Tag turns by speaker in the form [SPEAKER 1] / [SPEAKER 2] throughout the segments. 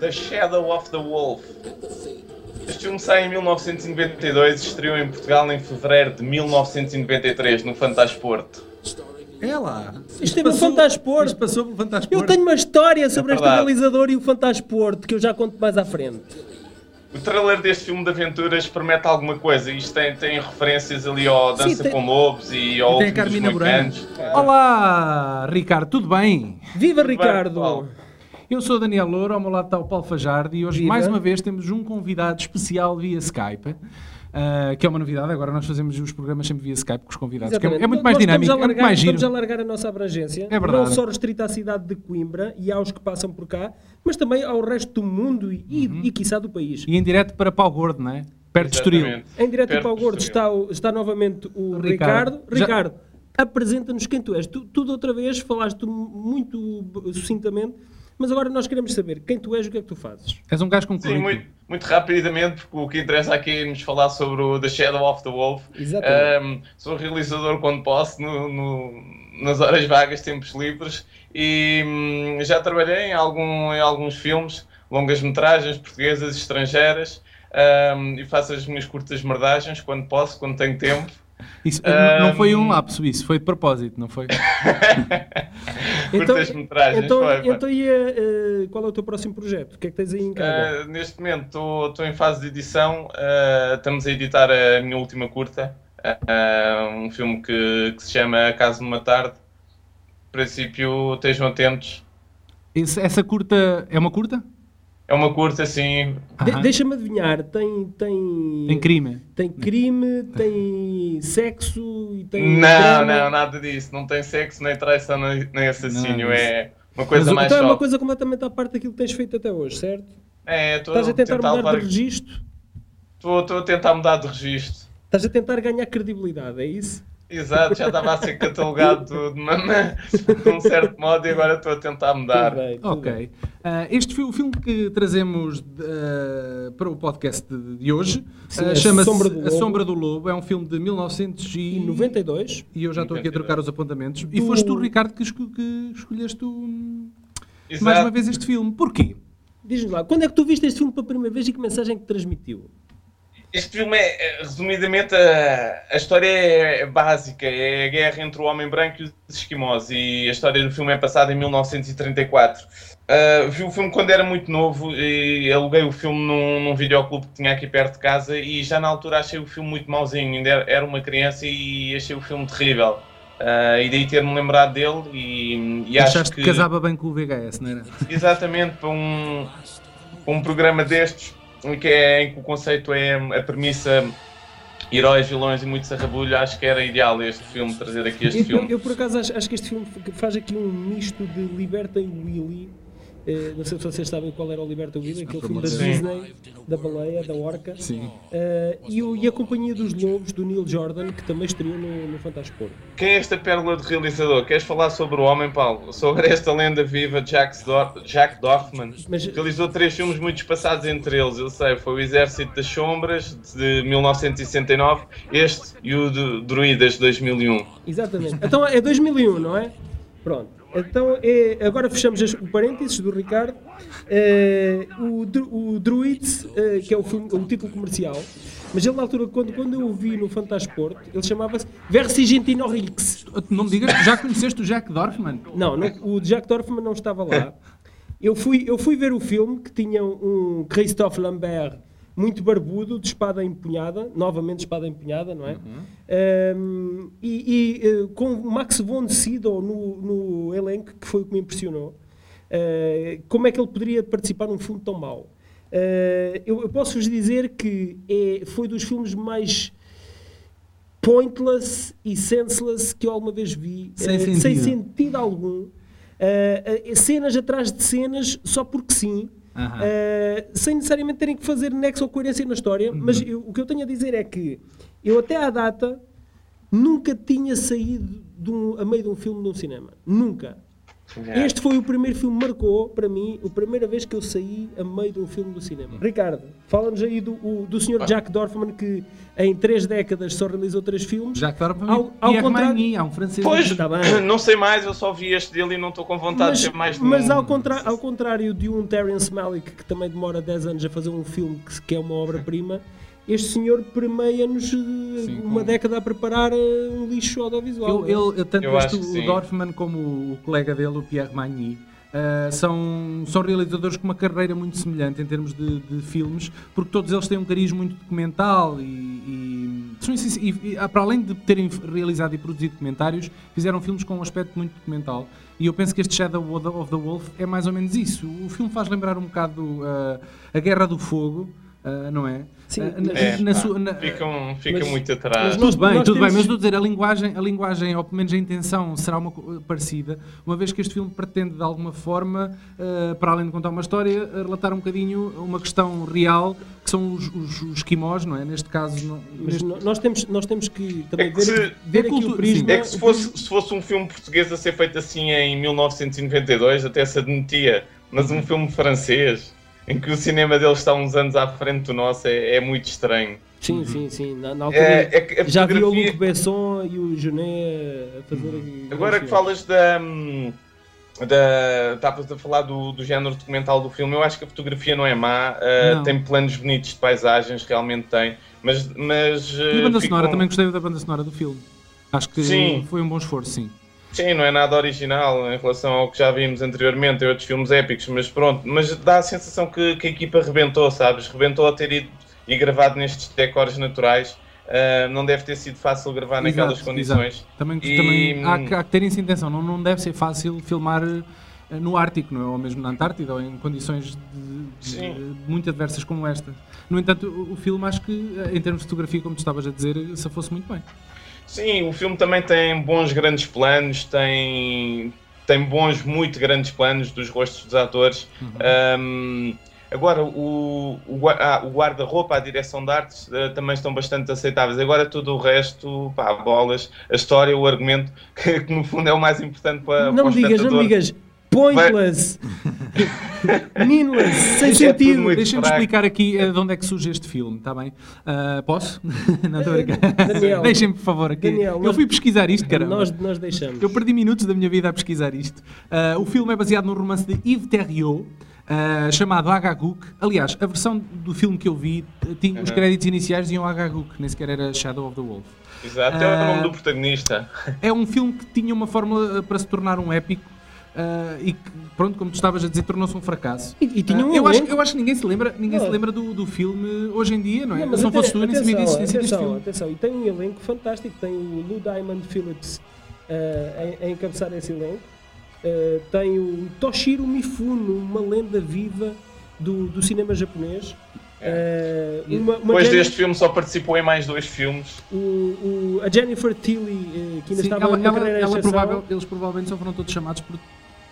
[SPEAKER 1] The Shadow of the Wolf. Este filme sai em 1992 e estreou em Portugal em fevereiro de 1993 no Fantasporto.
[SPEAKER 2] É lá.
[SPEAKER 3] Isto teve o Fantasporto.
[SPEAKER 2] Isto passou pelo Fantasporto.
[SPEAKER 3] Eu tenho uma história sobre este
[SPEAKER 1] É verdade.
[SPEAKER 3] realizador e o Fantasporto que eu já conto mais à frente.
[SPEAKER 1] O trailer deste filme de aventuras promete alguma coisa. Isto tem, tem referências ali ao Dança
[SPEAKER 3] tem-
[SPEAKER 1] com Lobos e ao Último
[SPEAKER 2] Tem a
[SPEAKER 1] dos
[SPEAKER 2] Carmina Burana.
[SPEAKER 1] Moicanos.
[SPEAKER 3] É.
[SPEAKER 2] Olá, Ricardo, tudo bem?
[SPEAKER 3] Viva
[SPEAKER 1] bem,
[SPEAKER 3] Ricardo!
[SPEAKER 1] pessoal?
[SPEAKER 2] é Eu sou o Daniel Louro, ao meu lado está o Paulo Fajardo e hoje,
[SPEAKER 3] Viva.
[SPEAKER 2] mais uma vez, temos um convidado especial via Skype, ah, que é uma novidade. Agora nós fazemos os programas sempre via Skype com os convidados, que é,
[SPEAKER 3] Exatamente.
[SPEAKER 2] é muito
[SPEAKER 3] Nós
[SPEAKER 2] mais
[SPEAKER 3] estamos
[SPEAKER 2] dinâmico,
[SPEAKER 3] a
[SPEAKER 2] é muito
[SPEAKER 3] alargar-
[SPEAKER 2] mais giro. É
[SPEAKER 3] Estamos a alargar a nossa abrangência,
[SPEAKER 2] verdade.
[SPEAKER 3] não só restrita à cidade de Coimbra e aos que passam por cá, mas também ao resto do mundo e, e,
[SPEAKER 2] Uhum.
[SPEAKER 3] e quiçá, do país.
[SPEAKER 2] E em direto para Pau Gordo, não é? Perto de Estoril.
[SPEAKER 1] Exatamente.
[SPEAKER 3] Em direto
[SPEAKER 1] Perto
[SPEAKER 3] para o
[SPEAKER 1] do
[SPEAKER 3] Gordo
[SPEAKER 1] Estoril.
[SPEAKER 3] está, o- está novamente o
[SPEAKER 2] Ricardo.
[SPEAKER 3] Ricardo.
[SPEAKER 2] Já-
[SPEAKER 3] Ricardo, apresenta-nos quem tu és. Tu, tu de outra vez falaste muito b- sucintamente, mas agora nós queremos saber quem tu és e o que é que tu fazes.
[SPEAKER 2] És um gajo com
[SPEAKER 1] Sim,
[SPEAKER 2] currículo.
[SPEAKER 1] muito, muito rapidamente, porque o que interessa aqui é nos falar sobre o The Shadow of the Wolf.
[SPEAKER 3] Exatamente.
[SPEAKER 1] Um, sou realizador quando posso, no- no- nas horas vagas, tempos livres, e hum, já trabalhei em, algum- em alguns filmes, longas metragens portuguesas e estrangeiras, um, e faço as minhas curtas merdagens quando posso, quando tenho tempo.
[SPEAKER 2] Isso, não- Não
[SPEAKER 1] Ahm.
[SPEAKER 2] foi um lapso isso, foi de propósito, não foi?
[SPEAKER 1] Curtas metragens,
[SPEAKER 3] então,
[SPEAKER 1] foi, pá.
[SPEAKER 3] então e, eh, eh, qual é o teu próximo projeto? O que é que tens aí em casa?
[SPEAKER 1] Uh, neste momento estou em fase de edição, uh, estamos a editar a minha última curta, uh, um filme que, que se chama A Casa de uma Tarde. Em princípio, estejam atentos.
[SPEAKER 2] Esse- essa curta é uma curta?
[SPEAKER 1] É uma curta assim.
[SPEAKER 3] De-
[SPEAKER 2] Aham.
[SPEAKER 3] Deixa-me adivinhar, tem, tem,
[SPEAKER 2] Tem crime.
[SPEAKER 3] tem crime, tem sexo e tem.
[SPEAKER 1] Não,
[SPEAKER 3] drama.
[SPEAKER 1] não, nada disso. Não tem sexo, nem traição, nem nem assassínio.
[SPEAKER 2] Não,
[SPEAKER 1] é uma coisa
[SPEAKER 2] Mas o-
[SPEAKER 1] mais
[SPEAKER 3] Então é uma
[SPEAKER 1] soft.
[SPEAKER 3] coisa completamente à parte daquilo que tens feito até hoje, certo?
[SPEAKER 1] É, estou
[SPEAKER 3] Estás a tentar
[SPEAKER 1] tentar
[SPEAKER 3] mudar
[SPEAKER 1] levar-
[SPEAKER 3] de registro,
[SPEAKER 1] estou- estou a tentar mudar de registro.
[SPEAKER 3] estás a tentar ganhar credibilidade, é isso?
[SPEAKER 1] Exato, já estava a ser catalogado de, uma- de um certo modo e agora estou a tentar mudar.
[SPEAKER 3] Tudo bem, É tudo
[SPEAKER 2] Ok.
[SPEAKER 3] bem.
[SPEAKER 2] Ah, este foi o filme que trazemos ah, para o podcast de, de hoje.
[SPEAKER 3] Sim,
[SPEAKER 2] Ah,
[SPEAKER 3] A
[SPEAKER 2] Chama-se
[SPEAKER 3] Sombra do
[SPEAKER 2] A
[SPEAKER 3] Lobo.
[SPEAKER 2] Sombra do Lobo. É um filme de 1900
[SPEAKER 3] E 92,
[SPEAKER 2] E eu já estou aqui a
[SPEAKER 1] 92.
[SPEAKER 2] trocar os apontamentos. E
[SPEAKER 3] Do-
[SPEAKER 2] foste tu, Ricardo, que, esco- que escolheste o-
[SPEAKER 1] Exato.
[SPEAKER 2] mais uma vez este filme. Porquê?
[SPEAKER 3] diz-nos lá, quando é que tu viste este filme pela primeira vez e que mensagem é que transmitiu?
[SPEAKER 1] Este filme é, é, resumidamente, a, a história é básica, é a guerra entre o homem branco e os esquimós, e a história do filme é passada em 1934. Ah, vi o filme quando era muito novo e aluguei o filme num, num videoclube que tinha aqui perto de casa e já na altura achei o filme muito mauzinho, ainda era, era uma criança e achei o filme terrível. Ah, e daí ter-me lembrado dele e, e acho
[SPEAKER 2] Achaste
[SPEAKER 1] que...
[SPEAKER 2] que casava bem com o VHS, não era?
[SPEAKER 1] Exatamente, para um, para um programa destes, em que, é, em que o conceito é a premissa heróis, vilões e muito sarrabulho, acho que era ideal este filme, trazer aqui este
[SPEAKER 3] eu,
[SPEAKER 1] filme.
[SPEAKER 3] eu, por acaso acho, acho que este filme f- faz aqui um misto de Liberta e Willy. Eh, não sei se vocês sabem qual era o Liberta Willy, aquele
[SPEAKER 2] por
[SPEAKER 3] filme
[SPEAKER 2] amor
[SPEAKER 3] da
[SPEAKER 2] de
[SPEAKER 3] Disney, da baleia, da orca.
[SPEAKER 2] Sim.
[SPEAKER 3] Eh, e, o- e a Companhia dos Lobos, do Neil Jordan, que também estreou no, no Fantasporto.
[SPEAKER 1] Quem é esta pérola de realizador? Queres falar sobre o homem, Paulo? Sobre esta lenda viva, Jack, Dor Jack Dorfman?
[SPEAKER 3] Mas-
[SPEAKER 1] Realizou três filmes muito espaçados entre eles, eu sei, foi o Exército das Sombras, de 1969, este e o de Druidas, de 2001.
[SPEAKER 3] Exatamente. Então é 2001, não é? Pronto. Então é, agora fechamos as- o parênteses do Ricardo. Eh, o, Dru- o Druids, eh, que é o, filme- o título comercial, mas ele na altura, quando, quando eu o vi no Fantasporto, ele chamava-se Vercigentinorix.
[SPEAKER 2] Não me digas, já conheceste o Jack Dorfman?
[SPEAKER 3] Não, não, o Jack Dorfman não estava lá. Eu fui, eu fui ver o filme que tinha um Christophe Lambert muito barbudo, de espada empunhada, novamente espada empunhada, não é? Ahm, e e, eh, com o Max von Sydow no, no elenco, que foi o que me impressionou. Ah, como é que ele poderia participar num filme tão mau? Ah, eu eu posso-vos dizer que é, foi dos filmes mais pointless e senseless que eu alguma vez vi.
[SPEAKER 2] Sem
[SPEAKER 3] eh,
[SPEAKER 2] sentido.
[SPEAKER 3] sentido algum. Eh, eh, cenas atrás de cenas, só porque sim.
[SPEAKER 2] Aham.
[SPEAKER 3] Eh, sem necessariamente terem que fazer nexo ou coerência na história. Mas eu- o que eu tenho a dizer é que eu até à data nunca tinha saído de um- a meio de um filme de um cinema. Nunca.
[SPEAKER 1] Yeah.
[SPEAKER 3] Este foi o primeiro filme que marcou, para mim, a primeira vez que eu saí a meio de um filme do cinema. Ricardo, fala-nos aí do, o- do senhor Jack Dorfman, que em três décadas só realizou três filmes.
[SPEAKER 2] Já que para mim.
[SPEAKER 3] Ao- ao
[SPEAKER 2] Pierre
[SPEAKER 3] contrário-
[SPEAKER 2] Magnin, há um francês.
[SPEAKER 1] Pois,
[SPEAKER 3] Está Tá bem.
[SPEAKER 1] não sei mais, eu só vi este dele e não estou com vontade
[SPEAKER 3] Mas,
[SPEAKER 1] de um ver mais
[SPEAKER 3] mas
[SPEAKER 1] nenhum.
[SPEAKER 3] ao, contra- ao contrário de um Terence Malick, que também demora 10 anos a fazer um filme que, se- que é uma obra-prima, este senhor permeia-nos eh,
[SPEAKER 2] Sim,
[SPEAKER 3] uma
[SPEAKER 2] com-
[SPEAKER 3] década a preparar eh, um lixo audiovisual.
[SPEAKER 2] Eu,
[SPEAKER 3] não é?
[SPEAKER 2] ele- eu- tanto
[SPEAKER 1] Eu
[SPEAKER 2] este,
[SPEAKER 1] acho que
[SPEAKER 2] o
[SPEAKER 1] sim.
[SPEAKER 2] Dorfman como o colega dele, o Pierre Magny, ah, são, são realizadores com uma carreira muito semelhante em termos de, de filmes, porque todos eles têm um cariz muito documental e, e- são essenci- e- e, ah, para além de terem realizado e produzido documentários, fizeram filmes com um aspecto muito documental. E eu penso que este Shadow of the- of the Wolf é mais ou menos isso. O filme faz lembrar um bocado ah, a Guerra do Fogo, ah, não é?
[SPEAKER 3] Sim,
[SPEAKER 2] Ah, na-
[SPEAKER 1] É,
[SPEAKER 2] na
[SPEAKER 1] pá,
[SPEAKER 2] sua- na-
[SPEAKER 1] ficam ficam
[SPEAKER 3] mas-
[SPEAKER 1] muito atrás.
[SPEAKER 3] mas
[SPEAKER 2] tudo bem,
[SPEAKER 3] nós
[SPEAKER 2] tudo
[SPEAKER 3] temos-
[SPEAKER 2] bem, mas estou a dizer, a linguagem, a linguagem, ou pelo menos a intenção, será uma co- parecida, uma vez que este filme pretende, de alguma forma, eh, para além de contar uma história, eh, relatar um bocadinho uma questão real, que são os, os, os esquimós, não é? Neste caso, não-
[SPEAKER 3] Mas
[SPEAKER 2] neste-
[SPEAKER 3] no- nós temos, nós temos que também
[SPEAKER 1] É que
[SPEAKER 3] ver,
[SPEAKER 1] se-
[SPEAKER 3] ver
[SPEAKER 2] é
[SPEAKER 3] aqui
[SPEAKER 2] cultu-
[SPEAKER 3] o prisma.
[SPEAKER 1] É que se fosse, se fosse um filme português a ser feito assim em 1992, até se admitia. Mas um filme francês, em que o cinema deles está uns anos à frente do nosso, é, é muito estranho.
[SPEAKER 3] Sim, sim, sim. Na, na altura
[SPEAKER 1] É, é que a
[SPEAKER 3] já vi o Luc
[SPEAKER 1] fotografia...
[SPEAKER 3] Besson e o Junet a
[SPEAKER 2] Hum.
[SPEAKER 3] fazer. um grandes
[SPEAKER 1] Agora que
[SPEAKER 3] filmes.
[SPEAKER 1] falas da... hum, da Estavas a falar do, do género documental do filme. Eu acho que a fotografia não é má. ah,
[SPEAKER 2] Não.
[SPEAKER 1] Tem planos bonitos de paisagens, realmente tem. Mas... mas eh,
[SPEAKER 2] E a banda sonora, também gostei da banda sonora do filme. Acho que
[SPEAKER 1] Sim.
[SPEAKER 2] foi um bom esforço, sim.
[SPEAKER 1] Sim, não é nada original em relação ao que já vimos anteriormente em outros filmes épicos, mas pronto, mas dá a sensação que, que a equipa rebentou, sabes? Rebentou a ter ido e gravado nestes decores naturais. Ah, não deve ter sido fácil gravar Tá naquelas
[SPEAKER 2] Exato,
[SPEAKER 1] condições.
[SPEAKER 2] exato. Também,
[SPEAKER 1] E- hum,
[SPEAKER 2] também há, que- há que ter essa intenção. Não, não deve ser fácil filmar eh, no Ártico, não é? ou mesmo na Antártida, ou em condições de- de-
[SPEAKER 1] Sim.
[SPEAKER 2] muito adversas como esta. No entanto, o, o filme, acho que, eh, em termos de fotografia, como tu estavas a dizer, eh, se fosse muito bem.
[SPEAKER 1] Sim, o filme também tem bons grandes planos, tem, tem bons, muito grandes planos dos rostos dos atores.
[SPEAKER 3] Uhum.
[SPEAKER 1] Um, agora, o, o, gua- ah, o guarda-roupa, a direção de artes eh, também estão bastante aceitáveis. Agora, tudo o resto, pá, bolas, a história, o argumento, que, que no fundo é o mais importante para, para
[SPEAKER 3] Não
[SPEAKER 1] o
[SPEAKER 3] me digas,
[SPEAKER 1] espectador.
[SPEAKER 3] não me digas. Pointless. Meaningless. Sem
[SPEAKER 1] Isto é tudo
[SPEAKER 3] sentido.
[SPEAKER 1] muito-
[SPEAKER 2] Deixa-me
[SPEAKER 1] fraco.
[SPEAKER 2] explicar aqui eh, de onde é que surge este filme, está bem? Ah, posso? não estou a brincar.
[SPEAKER 3] Daniel.
[SPEAKER 2] Deixem-me, por favor, aqui.
[SPEAKER 3] Daniel,
[SPEAKER 2] Eu
[SPEAKER 3] nós-
[SPEAKER 2] fui pesquisar isto, caramba.
[SPEAKER 3] Nós, nós deixamos.
[SPEAKER 2] Eu perdi minutos da minha vida a pesquisar isto. Ah, o filme é baseado num romance de Yves Terriot, ah, chamado Agaguk. Aliás, a versão do filme que eu vi, t- tinha, os
[SPEAKER 1] Uhum.
[SPEAKER 2] créditos iniciais diziam Agaguk, nem sequer era Shadow of the Wolf.
[SPEAKER 1] Exato, é o
[SPEAKER 2] Ah.
[SPEAKER 1] nome do protagonista.
[SPEAKER 2] É um filme que tinha uma fórmula ah, para se tornar um épico ah, e que, pronto, como tu estavas a dizer, tornou-se um fracasso.
[SPEAKER 3] E, e tinha
[SPEAKER 2] Ah,
[SPEAKER 3] um
[SPEAKER 2] eu, acho,
[SPEAKER 3] elenco-
[SPEAKER 2] eu acho que ninguém se lembra, ninguém se
[SPEAKER 3] Não.
[SPEAKER 2] lembra do, do filme hoje em dia, não é?
[SPEAKER 3] mas
[SPEAKER 2] se não
[SPEAKER 3] até-
[SPEAKER 2] fosse tu, eu nem sabia da
[SPEAKER 3] atenção,
[SPEAKER 2] existência deste
[SPEAKER 3] atenção,
[SPEAKER 2] filme.
[SPEAKER 3] atenção. E tem um elenco fantástico. Tem o Lou Diamond Phillips eh, a- a encabeçar esse elenco. Eh, tem o Toshiro Mifuno, uma lenda viva do, do cinema japonês. Eh, uma, uma
[SPEAKER 1] É. Depois
[SPEAKER 3] Jenny-
[SPEAKER 1] deste filme só participou em mais dois filmes.
[SPEAKER 3] o- o- a Jennifer Tilly, eh, que ainda
[SPEAKER 2] Sim, é
[SPEAKER 3] estava
[SPEAKER 2] ela-
[SPEAKER 3] na
[SPEAKER 2] ela-
[SPEAKER 3] carreira
[SPEAKER 2] ela
[SPEAKER 3] excepcional.
[SPEAKER 2] provável- Eles provavelmente só foram todos chamados por,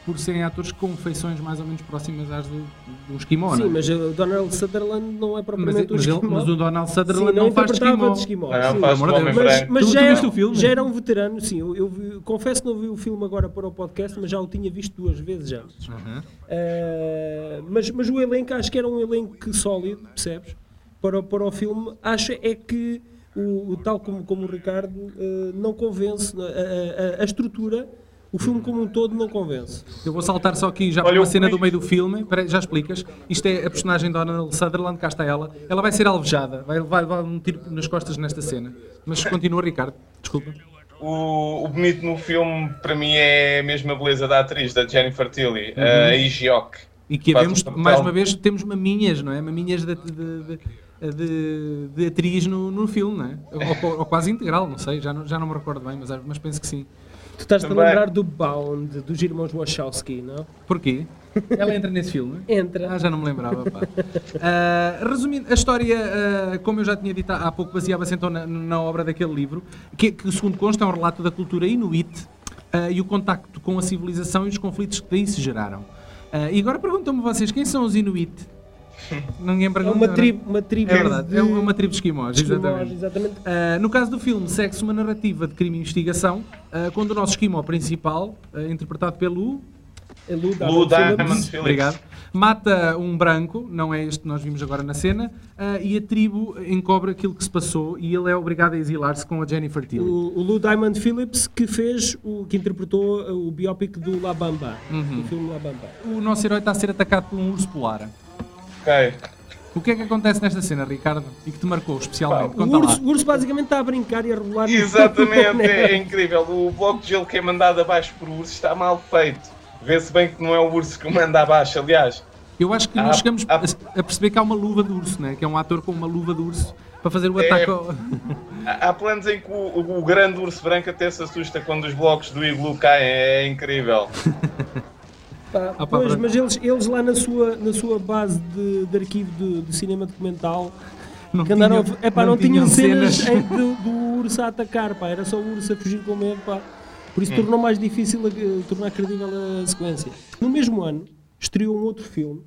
[SPEAKER 2] por serem atores com feições mais ou menos próximas às do, de um esquimó, não
[SPEAKER 3] Sim,
[SPEAKER 2] é?
[SPEAKER 3] mas o Donald Sutherland não é
[SPEAKER 2] mas,
[SPEAKER 3] propriamente um
[SPEAKER 2] mas ele-
[SPEAKER 3] esquimó.
[SPEAKER 2] mas o Donald Sutherland
[SPEAKER 3] Sim,
[SPEAKER 2] não, faz
[SPEAKER 3] interpretava
[SPEAKER 2] esquimó.
[SPEAKER 3] de esquimó.
[SPEAKER 1] Ah,
[SPEAKER 3] sim.
[SPEAKER 1] faz
[SPEAKER 2] Pelo amor de
[SPEAKER 1] homem
[SPEAKER 2] Deus.
[SPEAKER 1] branco.
[SPEAKER 3] Mas, mas
[SPEAKER 2] Tu-
[SPEAKER 3] já,
[SPEAKER 2] tu
[SPEAKER 3] era,
[SPEAKER 2] viste o filme?
[SPEAKER 3] já era um veterano, sim. Eu, eu vi- confesso que não vi o filme agora para o podcast, mas já o tinha visto duas vezes já.
[SPEAKER 1] Uhum.
[SPEAKER 3] Ah, mas, mas o elenco, acho que era um elenco que sólido, percebes? Para, o- para o filme, acho é que o, o tal como, como o Ricardo ah, não convence a- a- a- a estrutura, o filme como um todo não convence.
[SPEAKER 2] Eu vou saltar só aqui já
[SPEAKER 1] Olha,
[SPEAKER 2] para
[SPEAKER 1] eu
[SPEAKER 2] uma cena do
[SPEAKER 1] conheço-
[SPEAKER 2] meio do filme. Espera aí, já explicas. Isto é a personagem da Donald Sutherland, cá está ela. Ela vai ser alvejada, vai levar levar um tiro nas costas nesta cena. Mas continua, Ricardo, desculpa.
[SPEAKER 1] O, o bonito no filme, para mim, é mesmo a beleza da atriz, da Jennifer Tilly, a Igiok.
[SPEAKER 2] E que
[SPEAKER 1] Faz
[SPEAKER 2] havemos,
[SPEAKER 1] um papel.
[SPEAKER 2] mais uma vez, temos maminhas, não é? Maminhas de, de, de- de- de atriz no, no filme, não é? Ou, ou quase integral, não sei, já não, já não me recordo bem, mas, acho- mas penso que sim.
[SPEAKER 3] Tu estás a
[SPEAKER 1] Também.
[SPEAKER 3] lembrar do Bound, dos irmãos Wachowski, não?
[SPEAKER 2] Porquê? Ela entra nesse filme?
[SPEAKER 3] Entra.
[SPEAKER 2] Ah, já não me lembrava, pá. Ah, resumindo, a história, ah, como eu já tinha dito há há pouco, baseava-se então na, na obra daquele livro, que, que, segundo consta é um relato da cultura inuit ah, e o contacto com a civilização e os conflitos que daí se geraram. Ah, e agora perguntam-me vocês, quem são os inuit? Ninguém
[SPEAKER 3] É
[SPEAKER 2] pergunta.
[SPEAKER 3] uma
[SPEAKER 2] não
[SPEAKER 3] tribo, uma tribo
[SPEAKER 2] É verdade,
[SPEAKER 3] de
[SPEAKER 2] é uma tribo de esquimós,
[SPEAKER 3] esquimós,
[SPEAKER 2] exatamente.
[SPEAKER 3] exatamente.
[SPEAKER 2] Ah, no caso do filme, segue-se uma narrativa de crime e investigação, ah, quando o nosso esquimó principal, ah, interpretado pelo
[SPEAKER 3] É Lou Diamond
[SPEAKER 1] Blue Diamond
[SPEAKER 3] Phillips.
[SPEAKER 1] Phillips.
[SPEAKER 2] Obrigado. Mata um branco, não é este que nós vimos agora na cena, ah, e a tribo encobre aquilo que se passou e ele é obrigado a exilar-se com a Jennifer Tilly.
[SPEAKER 3] O, o Lou Diamond Phillips que fez o que interpretou uh, o biopic do La Bamba,
[SPEAKER 2] Uhum.
[SPEAKER 3] do filme La Bamba.
[SPEAKER 2] O nosso herói está a ser atacado por um urso polar.
[SPEAKER 1] Ok.
[SPEAKER 2] O que é que acontece nesta cena, Ricardo? E que te marcou especialmente?
[SPEAKER 3] O
[SPEAKER 2] Conta
[SPEAKER 3] urso,
[SPEAKER 2] lá.
[SPEAKER 3] o urso basicamente está a brincar e a rebolar. no-
[SPEAKER 1] Exatamente,
[SPEAKER 3] né?
[SPEAKER 1] é, é incrível. O bloco de gelo que é mandado abaixo por urso está mal feito. Vê-se bem que não é o urso que manda abaixo, aliás.
[SPEAKER 2] Eu acho que
[SPEAKER 1] Ah,
[SPEAKER 2] nós chegamos
[SPEAKER 1] ah,
[SPEAKER 2] a- a perceber que há uma luva de urso, né? que é um ator com uma luva de urso para fazer o
[SPEAKER 1] É.
[SPEAKER 2] ataque ao...
[SPEAKER 1] Há há planos em que o, o- o grande urso branco até se assusta quando os blocos do iglu caem, é incrível.
[SPEAKER 3] Pá,
[SPEAKER 2] Ah, pá,
[SPEAKER 3] pois,
[SPEAKER 2] pronto.
[SPEAKER 3] mas eles, eles lá na sua, na sua base de, de arquivo de, de cinema documental
[SPEAKER 2] Não
[SPEAKER 3] que andaram
[SPEAKER 2] tinham-
[SPEAKER 3] é pá, não,
[SPEAKER 2] não
[SPEAKER 3] tinham,
[SPEAKER 2] tinham
[SPEAKER 3] cenas,
[SPEAKER 2] cenas.
[SPEAKER 3] em que do, do urso a atacar, pá, era só o urso a fugir com medo, pá. Por
[SPEAKER 2] É.
[SPEAKER 3] isso tornou mais difícil a- eh, tornar credível a sequência. No mesmo ano, estreou um outro filme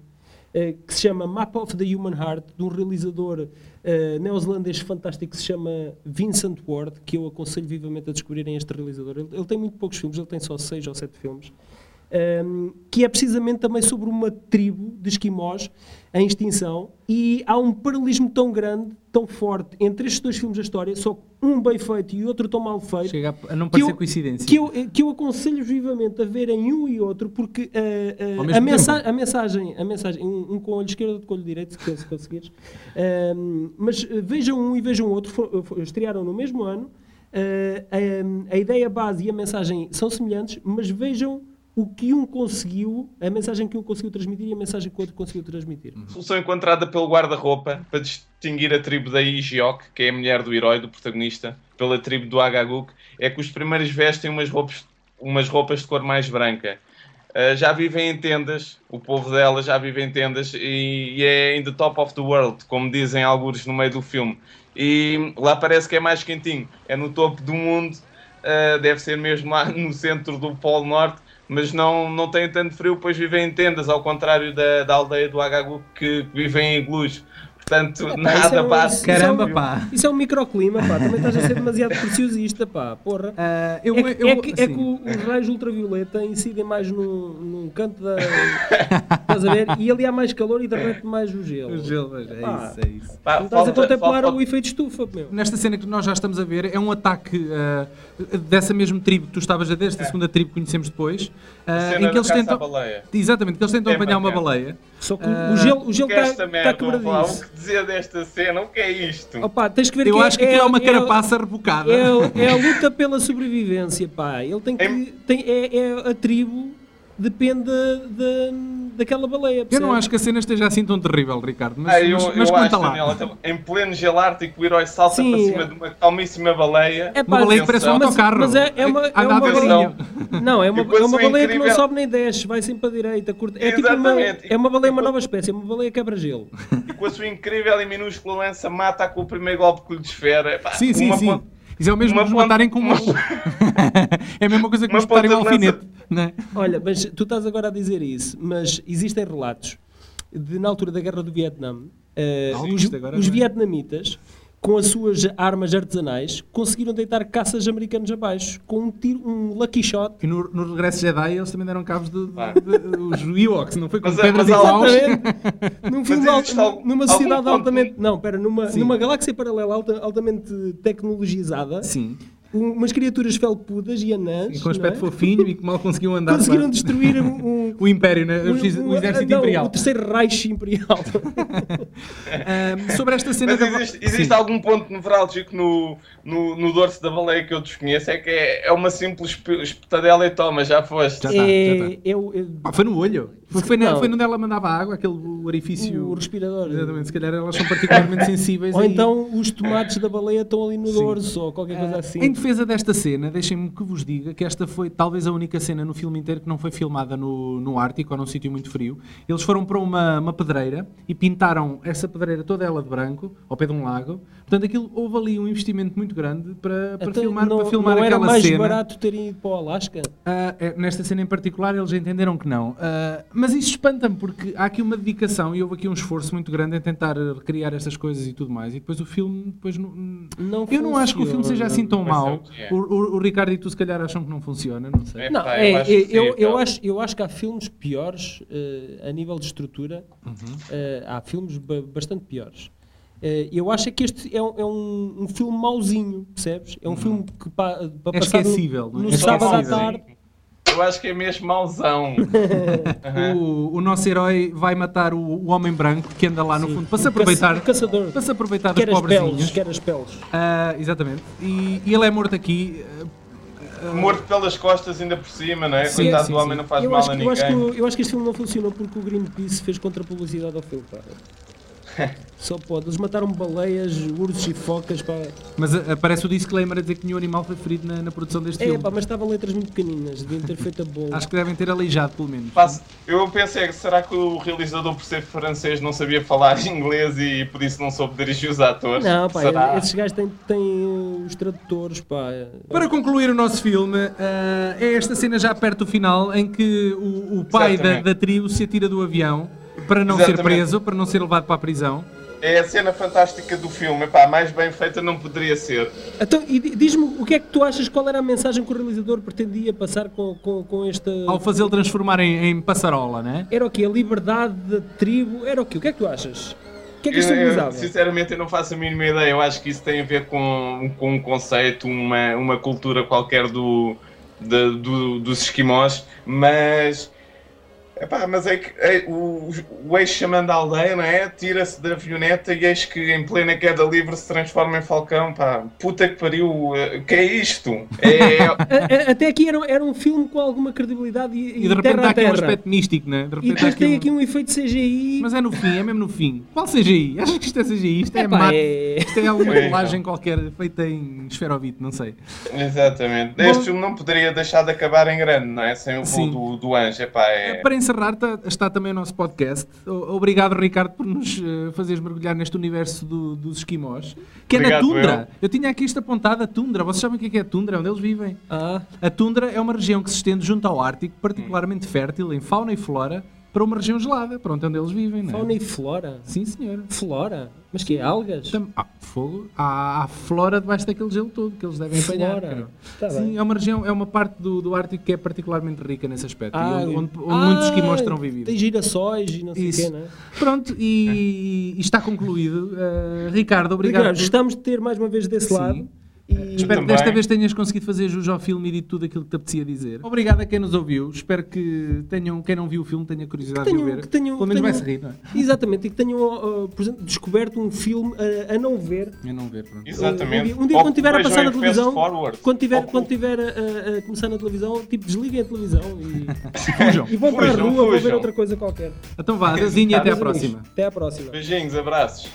[SPEAKER 3] eh, que se chama Map of the Human Heart, de um realizador eh, neozelandês fantástico que se chama Vincent Ward, que eu aconselho vivamente a descobrirem este realizador. Ele, ele tem muito poucos filmes, ele tem só seis ou sete filmes. Um, que é precisamente também sobre uma tribo de esquimós em extinção e há um paralelismo tão grande, tão forte entre estes dois filmes da história, só que um bem feito e outro tão mal feito,
[SPEAKER 2] Chega a- a não
[SPEAKER 3] que
[SPEAKER 2] parecer
[SPEAKER 3] eu,
[SPEAKER 2] coincidência.
[SPEAKER 3] que, eu, que eu aconselho vivamente a verem um e outro, porque uh, uh,
[SPEAKER 2] Ao
[SPEAKER 3] a,
[SPEAKER 2] mesmo
[SPEAKER 3] mensa
[SPEAKER 2] tempo.
[SPEAKER 3] a mensagem, a mensagem um, um com o olho esquerdo, outro com o olho direito, se cons- conseguires, Um, mas uh, vejam um e vejam outro, fo- fo- estrearam no mesmo ano, Uh, um, a ideia base e a mensagem são semelhantes, mas vejam o que um conseguiu, a mensagem que um conseguiu transmitir e a mensagem que o outro conseguiu transmitir.
[SPEAKER 1] Solução encontrada pelo guarda-roupa para distinguir a tribo da Igiok, que é a mulher do herói, do protagonista, pela tribo do Agaguk, é que os primeiros vestem umas roupas, umas roupas de cor mais branca. Ah, já vivem em tendas, o povo dela já vive em tendas e, e é in the top of the world, como dizem alguns no meio do filme. E lá parece que é mais quentinho, é no topo do mundo, ah, deve ser mesmo lá no centro do Polo Norte, mas não, não têm tanto frio, pois vivem em tendas, ao contrário da, da aldeia do Agagu que vivem em iglus. Portanto,
[SPEAKER 3] isso é
[SPEAKER 1] nada
[SPEAKER 3] um-
[SPEAKER 1] passa.
[SPEAKER 2] Caramba, pá.
[SPEAKER 3] Isso é um microclima, pá. Também estás a ser demasiado preciosista, pá. Porra.
[SPEAKER 2] Ah, eu-
[SPEAKER 3] é, que-
[SPEAKER 2] eu-
[SPEAKER 3] é que, é
[SPEAKER 2] sim.
[SPEAKER 3] que o- os raios ultravioleta incidem mais num, num canto da. estás a ver? E ali há mais calor e derrete mais o gelo.
[SPEAKER 2] O gelo, mas é
[SPEAKER 3] Pá.
[SPEAKER 2] isso, é isso.
[SPEAKER 1] Pá,
[SPEAKER 3] Não estás a
[SPEAKER 1] falta-
[SPEAKER 3] contemplar
[SPEAKER 1] falta-
[SPEAKER 3] o efeito estufa, meu.
[SPEAKER 2] Nesta cena que nós já estamos a ver, é um ataque ah, dessa mesma tribo que tu estavas a ver, esta segunda tribo que conhecemos depois, ah,
[SPEAKER 1] É. cena
[SPEAKER 2] em que
[SPEAKER 1] do
[SPEAKER 2] eles
[SPEAKER 1] caça à
[SPEAKER 2] tentam.
[SPEAKER 1] baleia. É
[SPEAKER 2] Exatamente, que eles tentam
[SPEAKER 1] Tempo
[SPEAKER 2] apanhar
[SPEAKER 1] a
[SPEAKER 2] uma
[SPEAKER 1] tempo.
[SPEAKER 2] baleia.
[SPEAKER 3] Só que o- o
[SPEAKER 2] Ah,
[SPEAKER 3] gelo o gelo
[SPEAKER 1] Que esta
[SPEAKER 3] está tá
[SPEAKER 1] merda, pá, o
[SPEAKER 3] quebradiço.
[SPEAKER 1] que dizer desta cena? O que é isto?
[SPEAKER 3] Opa, tens que ver
[SPEAKER 2] Eu acho que aquilo é uma
[SPEAKER 3] é-
[SPEAKER 2] carapaça rebocada.
[SPEAKER 3] É, a- é a luta pela sobrevivência, pá. Ele tem que. Tem, é, é a tribo depende da- daquela baleia.
[SPEAKER 2] Eu não
[SPEAKER 3] percebes?
[SPEAKER 2] acho que a cena esteja assim tão terrível, Ricardo, mas,
[SPEAKER 1] Ah, eu,
[SPEAKER 2] mas-
[SPEAKER 1] eu
[SPEAKER 2] mas
[SPEAKER 1] acho,
[SPEAKER 2] conta lá.
[SPEAKER 1] Daniel, então, em pleno gel ártico, o herói salta
[SPEAKER 3] Sim.
[SPEAKER 1] para cima de uma calmíssima baleia.
[SPEAKER 3] É
[SPEAKER 2] Uma
[SPEAKER 3] pá,
[SPEAKER 2] baleia que parece um
[SPEAKER 1] atenção.
[SPEAKER 3] mas-
[SPEAKER 2] autocarro.
[SPEAKER 3] Mas é, é uma, é
[SPEAKER 2] Anda
[SPEAKER 3] uma
[SPEAKER 2] a
[SPEAKER 3] baleia. Não, é uma,
[SPEAKER 1] E depois
[SPEAKER 3] é uma
[SPEAKER 1] o
[SPEAKER 3] baleia que não
[SPEAKER 1] incrível-
[SPEAKER 3] sobe nem desce, vai sempre para a direita. Curta. É, tipo uma,
[SPEAKER 1] Exatamente.
[SPEAKER 3] é uma baleia, uma nova espécie, é uma baleia quebra-gelo.
[SPEAKER 1] E com a sua incrível e minúscula lança, mata com o primeiro golpe que lhe desfera. Epá,
[SPEAKER 2] Sim, sim,
[SPEAKER 1] uma
[SPEAKER 2] sim.
[SPEAKER 1] ponta-
[SPEAKER 2] Isso é o mesmo
[SPEAKER 1] uma
[SPEAKER 2] que nos
[SPEAKER 1] ponta-
[SPEAKER 2] matarem com uma.
[SPEAKER 1] uma-
[SPEAKER 2] é a mesma coisa que
[SPEAKER 1] uma
[SPEAKER 2] nos matarem um
[SPEAKER 1] ponta de lança.
[SPEAKER 2] alfinete. Né?
[SPEAKER 3] Olha, mas tu estás agora a dizer isso, mas existem relatos de, na altura da guerra do Vietnã, eh,
[SPEAKER 2] Ah,
[SPEAKER 3] os,
[SPEAKER 2] isto agora
[SPEAKER 3] os
[SPEAKER 2] não é.
[SPEAKER 3] vietnamitas, com as suas armas artesanais, conseguiram deitar caças americanos abaixo com um tiro, um lucky shot.
[SPEAKER 2] E no, no regresso Jedi eles também deram cabos de, de,
[SPEAKER 1] Claro.
[SPEAKER 2] de- os Ewoks, não foi com
[SPEAKER 1] Mas é- mas
[SPEAKER 2] pedras e
[SPEAKER 1] há lá
[SPEAKER 2] paus.
[SPEAKER 3] Exatamente. Num filme
[SPEAKER 1] existe
[SPEAKER 3] alto-
[SPEAKER 1] algum-
[SPEAKER 3] numa
[SPEAKER 1] algum
[SPEAKER 3] sociedade
[SPEAKER 1] ponto
[SPEAKER 3] altamente. Não, espera, numa,
[SPEAKER 2] Sim.
[SPEAKER 3] numa galáxia paralela alta- altamente tecnologizada,
[SPEAKER 2] Sim,
[SPEAKER 3] um- umas criaturas felpudas e anãs
[SPEAKER 2] e com um aspecto
[SPEAKER 3] não é?
[SPEAKER 2] fofinho e que mal conseguiam andar.
[SPEAKER 3] conseguiram
[SPEAKER 2] claro.
[SPEAKER 3] destruir um. um
[SPEAKER 2] o Império, né?
[SPEAKER 3] um-
[SPEAKER 2] o, ex-
[SPEAKER 3] um-
[SPEAKER 2] o Exército
[SPEAKER 3] não,
[SPEAKER 2] Imperial. tá,
[SPEAKER 3] O terceiro Reich Imperial.
[SPEAKER 2] Ahm, sobre esta cena
[SPEAKER 1] Mas
[SPEAKER 2] da-
[SPEAKER 1] existe,
[SPEAKER 2] Sim.
[SPEAKER 1] existe algum ponto nevrálgico no, no, no dorso da baleia que eu desconheço? É que é, é uma simples esp- espetadela e toma, já foste.
[SPEAKER 2] Já tá, já
[SPEAKER 3] é, é o- é
[SPEAKER 2] Pá, foi no olho. Foi, foi, na,
[SPEAKER 3] Não.
[SPEAKER 2] foi onde ela mandava água, aquele orifício.
[SPEAKER 3] o respirador.
[SPEAKER 2] Exatamente, se calhar elas são particularmente sensíveis.
[SPEAKER 3] Ou
[SPEAKER 2] a
[SPEAKER 3] então os tomates da baleia estão ali no
[SPEAKER 2] Sim. Ah,
[SPEAKER 3] dorso ou qualquer coisa assim.
[SPEAKER 2] Em defesa desta cena, deixem-me que vos diga que esta foi talvez a única cena no filme inteiro que não foi filmada no, no Ártico ou num sítio muito frio. Eles foram para uma, uma pedreira e pintaram essa pedreira toda ela de branco, ao pé de um lago. Portanto, aquilo houve ali um investimento muito grande para, para
[SPEAKER 3] Então,
[SPEAKER 2] filmar,
[SPEAKER 3] não,
[SPEAKER 2] para filmar
[SPEAKER 3] não era
[SPEAKER 2] aquela
[SPEAKER 3] mais
[SPEAKER 2] cena.
[SPEAKER 3] barato terem ido para o Alasca?
[SPEAKER 2] Ah, é, nesta cena em particular eles entenderam que não. Ah, mas isso espanta-me porque há aqui uma dedicação e houve aqui um esforço muito grande em tentar eh, recriar estas coisas e tudo mais. E depois o filme, depois não-
[SPEAKER 3] Não
[SPEAKER 2] eu não acho que o filme
[SPEAKER 3] funciona.
[SPEAKER 2] seja assim tão
[SPEAKER 1] Pois
[SPEAKER 2] mau. mal.
[SPEAKER 1] é.
[SPEAKER 2] O, o- o Ricardo e tu, se calhar, acham que não funciona, não sei.
[SPEAKER 1] É,
[SPEAKER 3] Não,
[SPEAKER 1] pá,
[SPEAKER 3] é,
[SPEAKER 1] eu acho
[SPEAKER 3] eu,
[SPEAKER 1] que sim,
[SPEAKER 3] eu,
[SPEAKER 1] então.
[SPEAKER 3] acho, eu acho que há filmes piores eh, a nível de estrutura.
[SPEAKER 1] Uhum.
[SPEAKER 3] eh, há filmes ba- bastante piores. Eh, eu acho é que este é um, é um, um filme mauzinho, percebes?
[SPEAKER 1] Uhum.
[SPEAKER 3] É um filme que pa- para
[SPEAKER 2] É
[SPEAKER 3] passar no-
[SPEAKER 2] esquecível, não
[SPEAKER 3] no,
[SPEAKER 2] é? É
[SPEAKER 3] sábado à
[SPEAKER 2] esquecível.
[SPEAKER 3] tarde.
[SPEAKER 1] Eu acho que é mesmo mauzão.
[SPEAKER 2] O, o nosso herói vai matar o, o homem branco que anda lá no
[SPEAKER 3] Sim. assim,
[SPEAKER 2] fundo para se
[SPEAKER 3] O caça-
[SPEAKER 2] aproveitar,
[SPEAKER 3] o caçador.
[SPEAKER 2] para se aproveitar dos
[SPEAKER 3] Quer as peles,
[SPEAKER 2] pobrezinhos.
[SPEAKER 3] quer as peles.
[SPEAKER 2] Ah, exatamente. E, e ele é morto aqui. ah,
[SPEAKER 1] Morto pelas costas ainda por cima, não é?
[SPEAKER 2] Sim,
[SPEAKER 1] Coitado
[SPEAKER 2] sim,
[SPEAKER 1] do homem
[SPEAKER 2] sim.
[SPEAKER 1] não faz
[SPEAKER 3] eu,
[SPEAKER 1] mal
[SPEAKER 3] acho,
[SPEAKER 1] a
[SPEAKER 3] que- eu, acho que,
[SPEAKER 1] ninguém.
[SPEAKER 3] o- eu acho que este filme não funcionou porque o Greenpeace fez contra-publicidade ao filme. pá. Só pode. Eles mataram baleias, ursos e focas. Pá.
[SPEAKER 2] mas ah, aparece o disclaimer a dizer que nenhum animal foi ferido na, na produção deste
[SPEAKER 3] É,
[SPEAKER 2] filme.
[SPEAKER 3] pá, mas estavam letras muito pequeninas. Deviam ter feito a bola.
[SPEAKER 2] Acho que devem ter aleijado, pelo menos.
[SPEAKER 1] Passa- Eu pensei, será que o realizador, por ser francês, não sabia falar inglês e por isso não soube dirigir os atores?
[SPEAKER 3] Não, pá,
[SPEAKER 1] será?
[SPEAKER 3] esses gajos têm, têm uh, os tradutores, pá.
[SPEAKER 2] Para concluir o nosso filme, ah, é esta cena já perto do final em que o, o pai da,
[SPEAKER 1] Exatamente.
[SPEAKER 2] da trio se atira do avião para não ser
[SPEAKER 1] Exatamente.
[SPEAKER 2] preso, para não ser levado para a prisão.
[SPEAKER 1] É a cena fantástica do filme, pá, mais bem feita não poderia ser.
[SPEAKER 3] Então, e di- diz-me o que é que tu achas, qual era a mensagem que o realizador pretendia passar com, com, com esta...
[SPEAKER 2] Ao fazê-lo transformar em, em passarola, né?
[SPEAKER 3] Era o quê? A liberdade da tribo? Era o quê? O que é que tu achas? O que é que isto
[SPEAKER 1] Eu- eu,
[SPEAKER 3] simbolizava?
[SPEAKER 1] sinceramente, eu não faço a mínima ideia. Eu acho que isso tem a ver com, com um conceito, uma, uma cultura qualquer do, da- do- dos esquimós, mas. Epá, mas é que é, o, o ex-xamã da aldeia, não é? Tira-se da avioneta e eis que em plena queda livre se transforma em falcão, pá. Puta que pariu, eh, que é isto? É,
[SPEAKER 3] A- a- até aqui era, era um filme com alguma credibilidade e,
[SPEAKER 2] E de repente
[SPEAKER 3] terra
[SPEAKER 2] há
[SPEAKER 3] a
[SPEAKER 2] aqui um
[SPEAKER 3] terra.
[SPEAKER 2] aspecto místico, né? De repente
[SPEAKER 3] e
[SPEAKER 2] há
[SPEAKER 3] depois tem
[SPEAKER 2] um-
[SPEAKER 3] aqui um efeito CGI...
[SPEAKER 2] Mas é no fim, é mesmo no fim. Qual CGI? Achas que isto é CGI? Isto é,
[SPEAKER 3] Epá,
[SPEAKER 2] mate?
[SPEAKER 3] é-
[SPEAKER 2] Isto é alguma
[SPEAKER 1] É, não.
[SPEAKER 2] colagem qualquer feita em esferovite, não sei.
[SPEAKER 1] exatamente. Este filme não poderia deixar de acabar em grande, não é? Sem o
[SPEAKER 2] Sim.
[SPEAKER 1] voo do, do anjo, epá,
[SPEAKER 3] Eh,
[SPEAKER 1] é...
[SPEAKER 2] Para encerrar, tá- está também o nosso podcast. O- Obrigado, Ricardo, por nos eh, fazeres mergulhar neste universo do- dos esquimós. Que é na
[SPEAKER 1] Obrigado,
[SPEAKER 2] tundra. Eu. tinha aqui isto apontado, a tundra. Vocês sabem o que é que é a tundra? Onde eles vivem?
[SPEAKER 3] Ah,
[SPEAKER 2] A tundra é uma região que se estende junto ao Ártico, particularmente fértil em fauna e flora, para uma região gelada, pronto, onde eles vivem, não é?
[SPEAKER 3] fauna e flora.
[SPEAKER 2] Sim, senhora.
[SPEAKER 3] Flora? Mas que é? Algas?
[SPEAKER 2] Tam- Ah, fogo. Há, há flora debaixo daquele gelo todo que eles devem apanhar.
[SPEAKER 3] Flora.
[SPEAKER 2] cara.
[SPEAKER 3] Tá
[SPEAKER 2] Sim,
[SPEAKER 3] bem.
[SPEAKER 2] é uma região, é uma parte do, do Ártico que é particularmente rica nesse aspecto. e
[SPEAKER 3] Ah,
[SPEAKER 2] onde onde- onde
[SPEAKER 3] ah,
[SPEAKER 2] muitos esquimós terão vivido.
[SPEAKER 3] Tem girassóis e não sei o
[SPEAKER 2] Isso.
[SPEAKER 3] quê, não é?
[SPEAKER 2] Pronto, e, e está concluído. Uh, Ricardo, obrigado.
[SPEAKER 3] Ricardo, gostamos de ter mais uma vez desse
[SPEAKER 2] Sim.
[SPEAKER 3] lado. E...
[SPEAKER 2] assim. Espero que
[SPEAKER 1] Também.
[SPEAKER 2] desta vez tenhas conseguido fazer jus ao filme e de tudo aquilo que te apetecia dizer. Obrigado a quem nos ouviu. Espero que tenham, quem não viu o filme tenha curiosidade
[SPEAKER 3] Que tenham-
[SPEAKER 2] de o ver.
[SPEAKER 3] que tenham-
[SPEAKER 2] Pelo menos
[SPEAKER 3] que
[SPEAKER 2] vai se
[SPEAKER 3] tenham-
[SPEAKER 2] rir, não é?
[SPEAKER 3] Exatamente, e que tenham, ah, por exemplo, descoberto um filme ah, a não ver.
[SPEAKER 2] Eu não ver, pronto.
[SPEAKER 1] Exatamente.
[SPEAKER 3] Um dia, um dia
[SPEAKER 1] Ou
[SPEAKER 3] quando estiver a
[SPEAKER 1] vejam
[SPEAKER 3] passar
[SPEAKER 1] em
[SPEAKER 3] na
[SPEAKER 1] fast
[SPEAKER 3] televisão,
[SPEAKER 1] forward.
[SPEAKER 3] quando tiver,
[SPEAKER 1] Ou-
[SPEAKER 3] quando tiver a, a- a começar na televisão, tipo, desliguem a televisão e,
[SPEAKER 2] Fujam.
[SPEAKER 3] e vão para a
[SPEAKER 1] Fujam,
[SPEAKER 3] rua, vão ver
[SPEAKER 1] fujam.
[SPEAKER 3] outra coisa qualquer.
[SPEAKER 2] Então vá, adeusinho e até à
[SPEAKER 3] Meus amigos,
[SPEAKER 2] próxima.
[SPEAKER 3] Até à próxima.
[SPEAKER 1] Beijinhos, abraços.